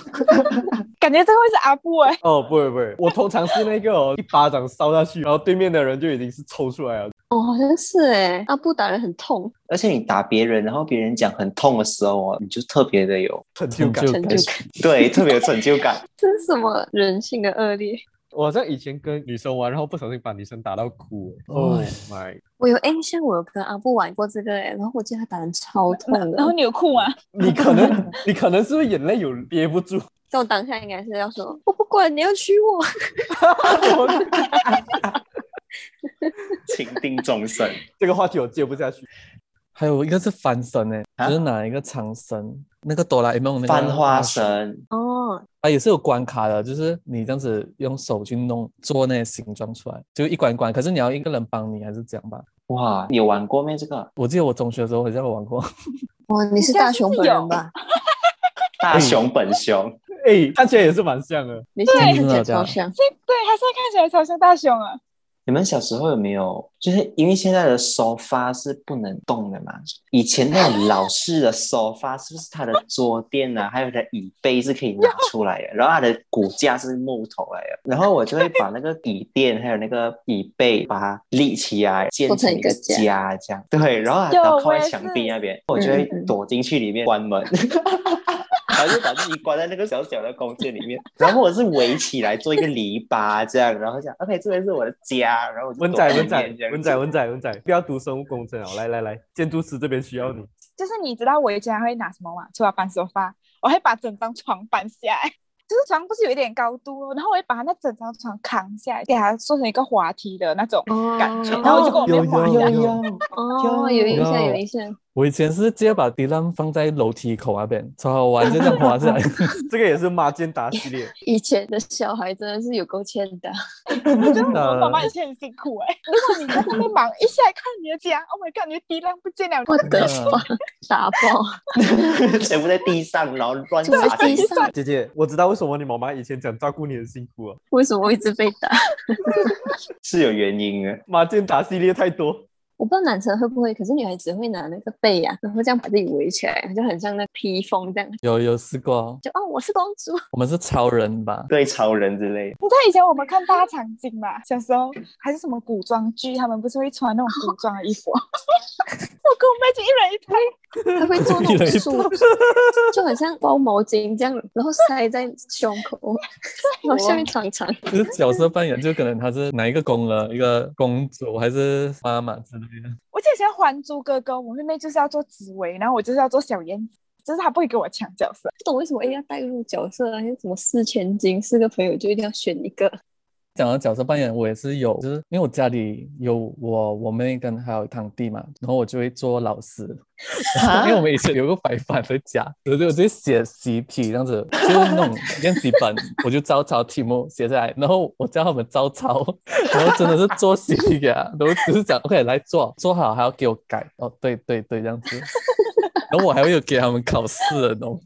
[SPEAKER 4] 感觉这会是阿布哎、
[SPEAKER 3] 哦，不会不会，我通常是那个、哦、一巴掌烧下去，然后对面的人就已经是抽出来了。
[SPEAKER 5] 哦，好像是哎、阿布打人很痛，
[SPEAKER 1] 而且你打别人，然后别人讲很痛的时候哦，你就特别的有
[SPEAKER 3] 成就
[SPEAKER 2] 成
[SPEAKER 3] 感
[SPEAKER 2] 就。
[SPEAKER 5] 成
[SPEAKER 2] 感
[SPEAKER 5] 就感，
[SPEAKER 1] 对，特别有成就 感。
[SPEAKER 5] 这是什么人性的恶劣？
[SPEAKER 3] 我好像以前跟女生玩，然后不小心把女生打到哭。Oh
[SPEAKER 2] 哎
[SPEAKER 3] my！
[SPEAKER 5] 我有印象，我有跟阿布玩过这个哎、然后我记得他打人超痛的，
[SPEAKER 4] 然后你啊有哭吗？
[SPEAKER 3] 你可能你可能是不是眼泪有憋不住？
[SPEAKER 5] 但我当下应该是要说，我不管，你要娶我。
[SPEAKER 1] 情定终身，
[SPEAKER 3] 这个话题我接不下去。
[SPEAKER 2] 还有一个是翻身诶、
[SPEAKER 1] 啊
[SPEAKER 2] 就是拿一个长绳，那个哆啦 A 梦那个
[SPEAKER 1] 翻花绳，
[SPEAKER 5] 哦，
[SPEAKER 2] 啊，也是有关卡的，就是你这样子用手去弄做那些形状出来，就一关一关。可是你要一个人帮你，还是这样吧？
[SPEAKER 1] 哇，有玩过没？这个
[SPEAKER 2] 我记得我中学的时候好像有玩过，
[SPEAKER 5] 哇，哦你是大雄本人吧？
[SPEAKER 1] 大熊本熊，
[SPEAKER 3] 哎，看起来也是蛮像的。
[SPEAKER 5] 你现在看起来
[SPEAKER 2] 真的假的
[SPEAKER 5] 超像，
[SPEAKER 4] 这对，他现在看起来超像大熊啊。
[SPEAKER 1] 你们小时候有没有？就是因为现在的沙发是不能动的嘛，以前那种老式的沙发，是不是它的桌垫啊，还有它的椅背是可以拿出来的，然后它的骨架是木头来的，然后我就会把那个椅垫还有那个椅背把它立起来，建
[SPEAKER 5] 做成
[SPEAKER 1] 成
[SPEAKER 5] 一
[SPEAKER 1] 一个
[SPEAKER 5] 个
[SPEAKER 1] 家这样，对，然后
[SPEAKER 4] 有
[SPEAKER 1] 然后靠
[SPEAKER 4] 我
[SPEAKER 1] 在
[SPEAKER 4] 也
[SPEAKER 1] 墙壁
[SPEAKER 4] 是
[SPEAKER 1] 那边，我就会
[SPEAKER 5] 嗯嗯
[SPEAKER 1] 躲进去里面关门。然后就把自己关在那个小小的空间里面，然后我是围起来做一个篱笆这样，然后讲 OK 这边是我的家，然后我就
[SPEAKER 3] 文
[SPEAKER 1] 躲
[SPEAKER 3] 仔
[SPEAKER 1] 在里
[SPEAKER 3] 文仔
[SPEAKER 1] 面这样
[SPEAKER 3] 文
[SPEAKER 1] 子
[SPEAKER 3] 仔文仔文仔，不要读生物工程哦！来来来，建筑师这边需要
[SPEAKER 4] 哦
[SPEAKER 3] 你。
[SPEAKER 4] 就是你知道我以前会拿什么吗？除了搬沙发，我会把整张床搬下来。就是床不是有一点高度哦，然后我会把那整张床扛下来，给它做成一个滑梯的那种感觉，
[SPEAKER 5] 哦
[SPEAKER 4] 然后结果我没滑
[SPEAKER 2] 有
[SPEAKER 4] 下
[SPEAKER 2] 有
[SPEAKER 4] 来。
[SPEAKER 1] 有
[SPEAKER 5] 哦，有印象，
[SPEAKER 2] 有
[SPEAKER 5] 有印象。
[SPEAKER 2] 我以前是直接把迪兰放在楼梯口那边，超好玩，就这样滑下来。
[SPEAKER 3] 这个也是马健达系 列。
[SPEAKER 5] 以前的小孩真的是有够欠打，
[SPEAKER 4] 我觉得我
[SPEAKER 2] 的
[SPEAKER 4] 们妈妈以前很辛苦哎、如果你在那边忙，一下来看你的家，Oh my god，你的地浪不见了，
[SPEAKER 5] 我 的妈，打爆！
[SPEAKER 1] 全部在地上，然后乱
[SPEAKER 5] 就
[SPEAKER 1] 撒
[SPEAKER 5] 是
[SPEAKER 1] 东
[SPEAKER 5] 地
[SPEAKER 1] 西。
[SPEAKER 5] 上，
[SPEAKER 3] 姐姐，我知道为什么你妈妈以前讲照顾你很辛苦啊。
[SPEAKER 5] 为什么我一直被打？
[SPEAKER 1] 是有原因的。
[SPEAKER 3] 马健达系列太多。
[SPEAKER 5] 我不知道男生会不会，可是女孩子会拿那个被呀、然后这样把自己围起来，就很像那披风这样，
[SPEAKER 2] 有有试过，
[SPEAKER 5] 就哦，我是公主。
[SPEAKER 2] 我们是超人吧？
[SPEAKER 1] 对超人之类的，
[SPEAKER 4] 你知道以前我们看大长今嘛， 小时候还是什么古装剧，他们不是会穿那种古装的衣服？我 跟我妹就一人
[SPEAKER 5] 他
[SPEAKER 4] 一套，
[SPEAKER 5] 会做 那
[SPEAKER 2] 一人
[SPEAKER 5] 种
[SPEAKER 2] 一
[SPEAKER 5] 束，就很像包毛巾这样，然后塞在胸口，然后下面长长。
[SPEAKER 2] 就是角色扮演，就可能她是哪一个宫了，一个公主还是妈妈之类
[SPEAKER 4] 我记得像《还珠格格》，我妹妹就是要做紫薇，然后我就是要做小燕子，就是她不会跟我抢角色。
[SPEAKER 5] 不懂为什么一定要带入角色啊，像什么四千金，四个朋友就一定要选一 个。
[SPEAKER 2] 讲到角色扮演，我也是有，就是因为我家里有我、我妹跟还有堂弟嘛，然后我就会做老师，因为我们以前有个白板的家，我就我就写习题这样子，就是那种练习本，我就照抄题目写下来，然后我叫他们照抄，然后真的是做习题给他，然后只是讲 OK 来做，做好还要给我改，哦对对对这样子，然后我还会有给他们考试的那种，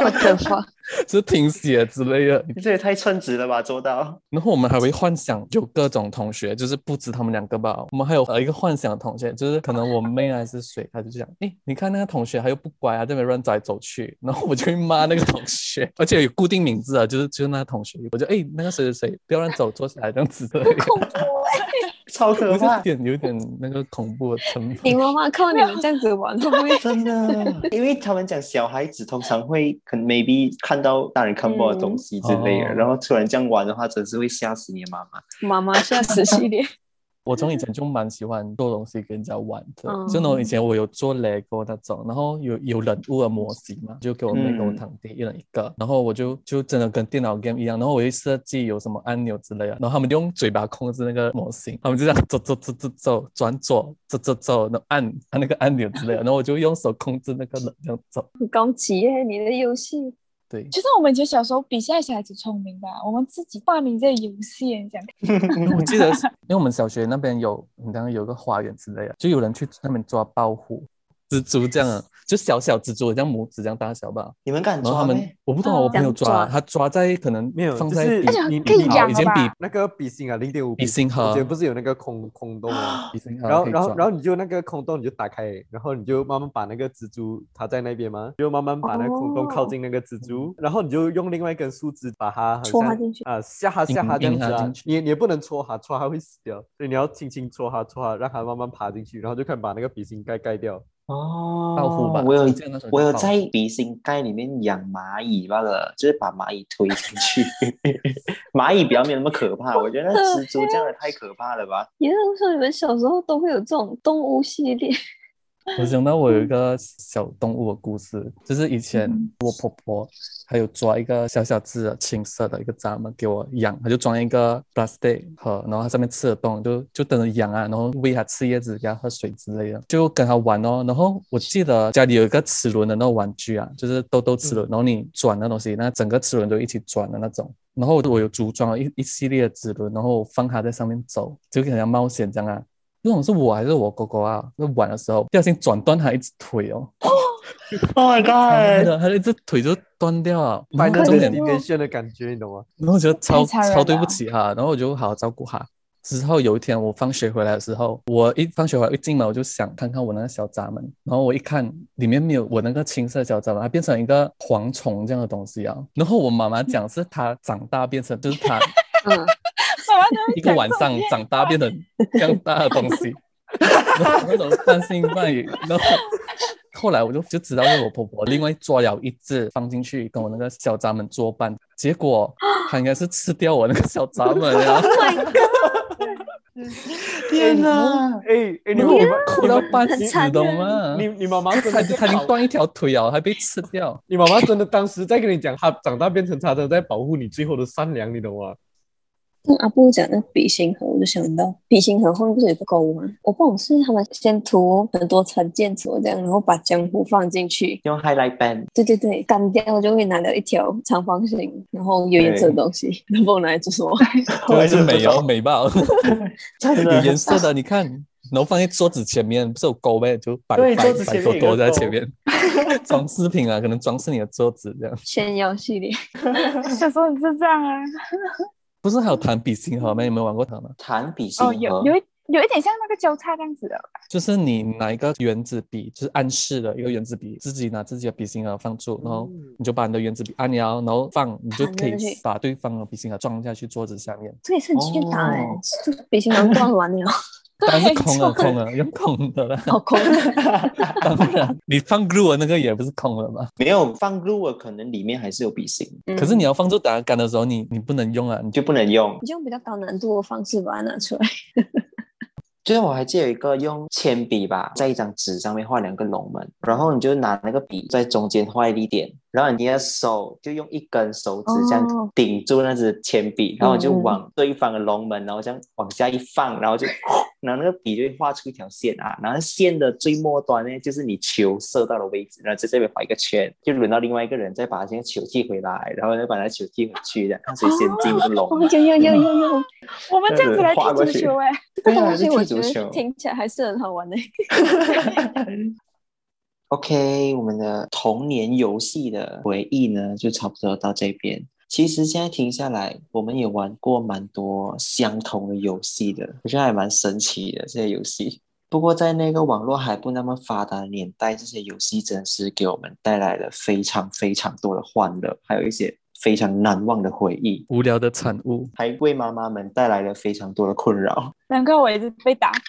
[SPEAKER 5] 好可怕！
[SPEAKER 2] 就是听写之类的，
[SPEAKER 1] 这也太称职了吧，做到。
[SPEAKER 2] 然后我们还会幻想有各种同学，就是不止他们两个吧，我们还有呃一个幻想同学，就是可能我妹还是谁，她就讲，哎，你看那个同学，他又不乖啊，这边乱走来走去，然后我就会骂那个同学，而且有固定名字啊，就是就是那个同学，我就哎那个谁谁谁不要乱走，坐下来这样子的，
[SPEAKER 5] 恐怖哎、
[SPEAKER 1] 超可
[SPEAKER 2] 我就有
[SPEAKER 1] 怕，
[SPEAKER 2] 点有点那个恐怖的成
[SPEAKER 5] 你
[SPEAKER 2] 分。
[SPEAKER 5] 妈妈靠你们这样子玩，会不会
[SPEAKER 1] 真的，因为他们讲小孩子通常会可能 maybe 看到大人看不到的东西之类的，
[SPEAKER 2] 嗯哦
[SPEAKER 1] 然后突然这样玩的话，真是会吓死你的妈妈。
[SPEAKER 5] 妈妈吓 死系列？
[SPEAKER 2] 我从以前就蛮喜欢做东西跟人家玩的，
[SPEAKER 5] 嗯
[SPEAKER 2] 就那种以前我有做 LEGO 那种，然后有有人物的模型嘛，就给我妹跟我
[SPEAKER 1] 嗯
[SPEAKER 2] 堂弟一人一个，然后我就就真的跟电脑 game 一样，然后我会设计有什么按钮之类的，然后他们就用嘴巴控制那个模型，他们就这样走走走走走转左走走走，然后按按那个按钮之类的，然后我就用手控制那个人这样走，
[SPEAKER 5] 很高级耶、你的游戏
[SPEAKER 2] 对，
[SPEAKER 4] 其实我们以前小时候比现在小孩子聪明吧，我们自己发明这些游戏，你想
[SPEAKER 2] 我记得是，因为我们小学那边有，你当有个花园之类的，就有人去那边抓豹虎、蜘蛛这样啊， 就小小蜘蛛，像拇指这样大小吧。
[SPEAKER 1] 你们敢
[SPEAKER 2] 然后
[SPEAKER 1] 抓
[SPEAKER 2] 他
[SPEAKER 1] 咩？
[SPEAKER 2] 们，我不懂啊，
[SPEAKER 4] 嗯
[SPEAKER 2] 我朋友
[SPEAKER 5] 这
[SPEAKER 2] 抓，
[SPEAKER 5] 样抓
[SPEAKER 2] 他抓在可能
[SPEAKER 3] 没有
[SPEAKER 2] 放
[SPEAKER 3] 就
[SPEAKER 2] 在
[SPEAKER 3] 是
[SPEAKER 2] 比
[SPEAKER 4] 而且
[SPEAKER 2] 比
[SPEAKER 4] 可以
[SPEAKER 2] 比
[SPEAKER 4] 养
[SPEAKER 2] 已经
[SPEAKER 4] 了吧
[SPEAKER 2] 比
[SPEAKER 3] 那个笔芯啊，零点五
[SPEAKER 2] 比心
[SPEAKER 3] 以
[SPEAKER 2] 盒
[SPEAKER 3] 前，不是有那个空空洞 吗？
[SPEAKER 2] 比心盒
[SPEAKER 3] 然
[SPEAKER 2] 啊
[SPEAKER 3] 后，
[SPEAKER 2] 可以
[SPEAKER 3] 然后，
[SPEAKER 2] 抓
[SPEAKER 3] 然后你就那个空洞你就打开，然后你就慢慢把那个蜘蛛它在那边嘛，就慢慢把那个空洞靠
[SPEAKER 2] 哦
[SPEAKER 3] 近那个蜘蛛，然后你就用另外一根树枝把它很像
[SPEAKER 5] 戳它进去
[SPEAKER 3] 啊，吓它
[SPEAKER 2] 引
[SPEAKER 3] 吓它这样
[SPEAKER 2] 引
[SPEAKER 3] 子
[SPEAKER 2] 它
[SPEAKER 3] 啊
[SPEAKER 2] 进，去
[SPEAKER 3] 你也你也不能戳它，戳它会死掉，所以你要轻轻戳它，戳它，让它慢慢爬进去，然后就看把那个笔芯盖盖掉。
[SPEAKER 1] 哦，
[SPEAKER 2] 报复吧
[SPEAKER 1] 我有
[SPEAKER 2] 就这样那时候就
[SPEAKER 1] 我有
[SPEAKER 2] 报复
[SPEAKER 1] 在鼻心盖里面养蚂蚁罢了，就是把蚂蚁推进去。 蚂蚁比较没有那么可怕，我觉得那蜘蛛这样的太可怕了吧？
[SPEAKER 5] 也是说你们小时候都会有这种动物系列，
[SPEAKER 2] 我想到我有一个小动物的故事，就是以前
[SPEAKER 4] 嗯
[SPEAKER 2] 我婆婆还有抓一个小小只的青色的一个蚱蜢给我养，她就装一个 plastic 盒，然后它上面吃得动，就就等着养啊，然后喂它吃叶子，给它喝水之类的，就跟它玩哦。然后我记得家里有一个齿轮的那种玩具啊，就是兜兜齿轮，然后你转那东西，那整个齿轮都一起转的那种。然后我有组装了一一系列的齿轮，然后我放它在上面走，就给它冒险这样啊。不懂是我还是我哥哥啊？在玩的时候不小心转断他一只腿哦，
[SPEAKER 1] Oh my
[SPEAKER 2] 他
[SPEAKER 1] god！
[SPEAKER 2] 的他的一只腿就断掉了，然后
[SPEAKER 3] Final
[SPEAKER 2] 重点，哦
[SPEAKER 3] Destination 的感觉，你懂吗？
[SPEAKER 2] 然后我觉得超
[SPEAKER 4] 太残忍
[SPEAKER 2] 超对不
[SPEAKER 4] 了
[SPEAKER 2] 起他，然后我就好好照顾他。之后有一天我放学回来的时候，我一放学回来一进门我就想看看我那个小闸门，然后我一看里面没有我那个青色小闸门，它变成一个蝗虫这样的东西啊。然后我妈妈讲是它长大变成就是它
[SPEAKER 5] 嗯，
[SPEAKER 4] 妈妈都 会
[SPEAKER 2] 一个
[SPEAKER 4] 讲
[SPEAKER 2] 晚
[SPEAKER 4] 这种
[SPEAKER 2] 上长大变成这样大的东西，然后那种半信半疑，然后。后来我就就知道是我婆婆另外抓了一只放进去跟我那个小闸门作伴，结果她应该是吃掉我那个小闸门呀，
[SPEAKER 1] 天哪！
[SPEAKER 3] 哎哎，你
[SPEAKER 2] 然
[SPEAKER 3] 们
[SPEAKER 2] 后
[SPEAKER 3] 你
[SPEAKER 2] 我
[SPEAKER 3] 们
[SPEAKER 2] 哭嗯到半
[SPEAKER 5] 很
[SPEAKER 2] 死
[SPEAKER 5] 残，
[SPEAKER 2] 懂
[SPEAKER 5] 忍
[SPEAKER 2] 吗？
[SPEAKER 3] 你你妈妈 真
[SPEAKER 2] 她
[SPEAKER 3] 的
[SPEAKER 2] 已经
[SPEAKER 3] 是
[SPEAKER 2] 她已
[SPEAKER 3] 跑
[SPEAKER 2] 经断一条腿了，还被吃掉。
[SPEAKER 3] 你妈妈真的当时在跟你讲，她长大变成她的在保护你最后的善良，你懂吗？
[SPEAKER 5] 听嗯阿布讲那个笔芯盒，我就想到笔芯盒后面不是有一个钩吗？我不懂是他们先涂很多层建筑这样，然后把浆糊放进去，
[SPEAKER 1] 用 highlight band，
[SPEAKER 5] 对对对，干掉就会拿到一条长方形，然后有颜色的东西， 然后我拿来做什么？
[SPEAKER 2] 后来就美哦
[SPEAKER 1] 有
[SPEAKER 2] 美爆，
[SPEAKER 1] 真
[SPEAKER 2] 有
[SPEAKER 1] 的
[SPEAKER 2] 颜色的你看，然后放在桌子前面，不是有钩呗，就摆
[SPEAKER 1] 对
[SPEAKER 2] 摆
[SPEAKER 1] 桌子前
[SPEAKER 2] 摆
[SPEAKER 1] 面
[SPEAKER 2] 多
[SPEAKER 1] 有个
[SPEAKER 2] 多在
[SPEAKER 1] 钩
[SPEAKER 2] 前面，装饰品啊，可能装饰你的桌子这样。
[SPEAKER 5] 炫耀系列，
[SPEAKER 4] 小时候你是这样啊？
[SPEAKER 2] 不是还有弹笔芯盒吗？你们玩过啊它吗？
[SPEAKER 1] 弹笔芯
[SPEAKER 4] 哦，
[SPEAKER 1] 盒
[SPEAKER 4] 有有一有一点像那个交叉这样子的，
[SPEAKER 2] 就是你拿一个原子笔，就是暗示的一个原子笔，自己拿自己的笔芯盒放住，然后
[SPEAKER 1] 嗯
[SPEAKER 2] 你就把你的原子笔按压，然后放，你就
[SPEAKER 5] 弹
[SPEAKER 2] 可以
[SPEAKER 5] 下去
[SPEAKER 2] 把对方的笔芯盒撞下去桌子下面。
[SPEAKER 5] 这也是很欠打哎、
[SPEAKER 1] 哦
[SPEAKER 5] 这个笔芯盒断完 了，
[SPEAKER 2] 当然是
[SPEAKER 4] 对
[SPEAKER 2] 空了，
[SPEAKER 4] 就
[SPEAKER 2] 空了，用空的啦。
[SPEAKER 5] 好空，
[SPEAKER 2] 当然， 你放 glue 的那个也不是空了嘛。
[SPEAKER 1] 没有放入了，可能里面还是有笔芯，
[SPEAKER 5] 嗯
[SPEAKER 2] 可是你要放出打杆的时候，你你不能用啊，你就
[SPEAKER 5] 嗯
[SPEAKER 1] 就不能用
[SPEAKER 5] 你。就用比较高难度的方式把它拿出来，
[SPEAKER 1] 就是我还记得有一个用铅笔吧，在一张纸上面画两个龙门，然后你就拿那个笔在中间画一粒点，然后你的手就用一根手指这
[SPEAKER 5] 哦
[SPEAKER 1] 样顶住那支铅笔，然后你就
[SPEAKER 5] 嗯嗯
[SPEAKER 1] 往对方的龙门，然后这样往下一放，然后就，然后那个笔就会画出一条线啊，然后线的最末端呢就是你球射到的位置，然后在这边画一个圈，就轮到另外一个人再把这个球踢回来，然后再把那球踢回去，这样看谁先进那个龙
[SPEAKER 5] 哦，
[SPEAKER 1] 门。
[SPEAKER 5] 有有有有有，
[SPEAKER 4] 我们这样子来踢
[SPEAKER 1] 划过
[SPEAKER 4] 足
[SPEAKER 1] 去
[SPEAKER 4] 球哎、
[SPEAKER 5] 这个
[SPEAKER 1] 对啊
[SPEAKER 5] 东西
[SPEAKER 1] 是
[SPEAKER 5] 我
[SPEAKER 1] 踢
[SPEAKER 5] 觉
[SPEAKER 1] 足
[SPEAKER 5] 得
[SPEAKER 1] 球。
[SPEAKER 5] 听起来还是很好玩的。
[SPEAKER 1] OK，我们的童年游戏的回忆呢，就差不多到这边。其实现在听下来，我们也玩过蛮多相同的游戏的，我觉得还蛮神奇的这些游戏。不过在那个网络还不那么发达的年代，这些游戏真是给我们带来了非常非常多的欢乐，还有一些非常难忘的回忆，
[SPEAKER 2] 无聊的产物。
[SPEAKER 1] 还为妈妈们带来了非常多的困扰。
[SPEAKER 4] 难怪我一直被打。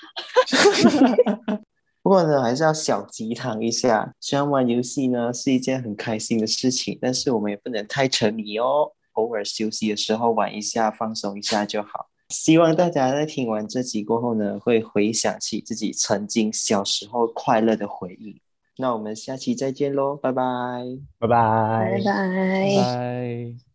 [SPEAKER 1] 不过呢，还是要小鸡汤一下。虽然玩游戏呢是一件很开心的事情，但是我们也不能太沉迷哦。偶尔休息的时候玩一下，放松一下就好。希望大家在听完这集过后呢，会回想起自己曾经小时候快乐的回忆。那我们下期再见喽，拜拜。
[SPEAKER 3] 拜拜
[SPEAKER 5] 拜拜。
[SPEAKER 2] 拜。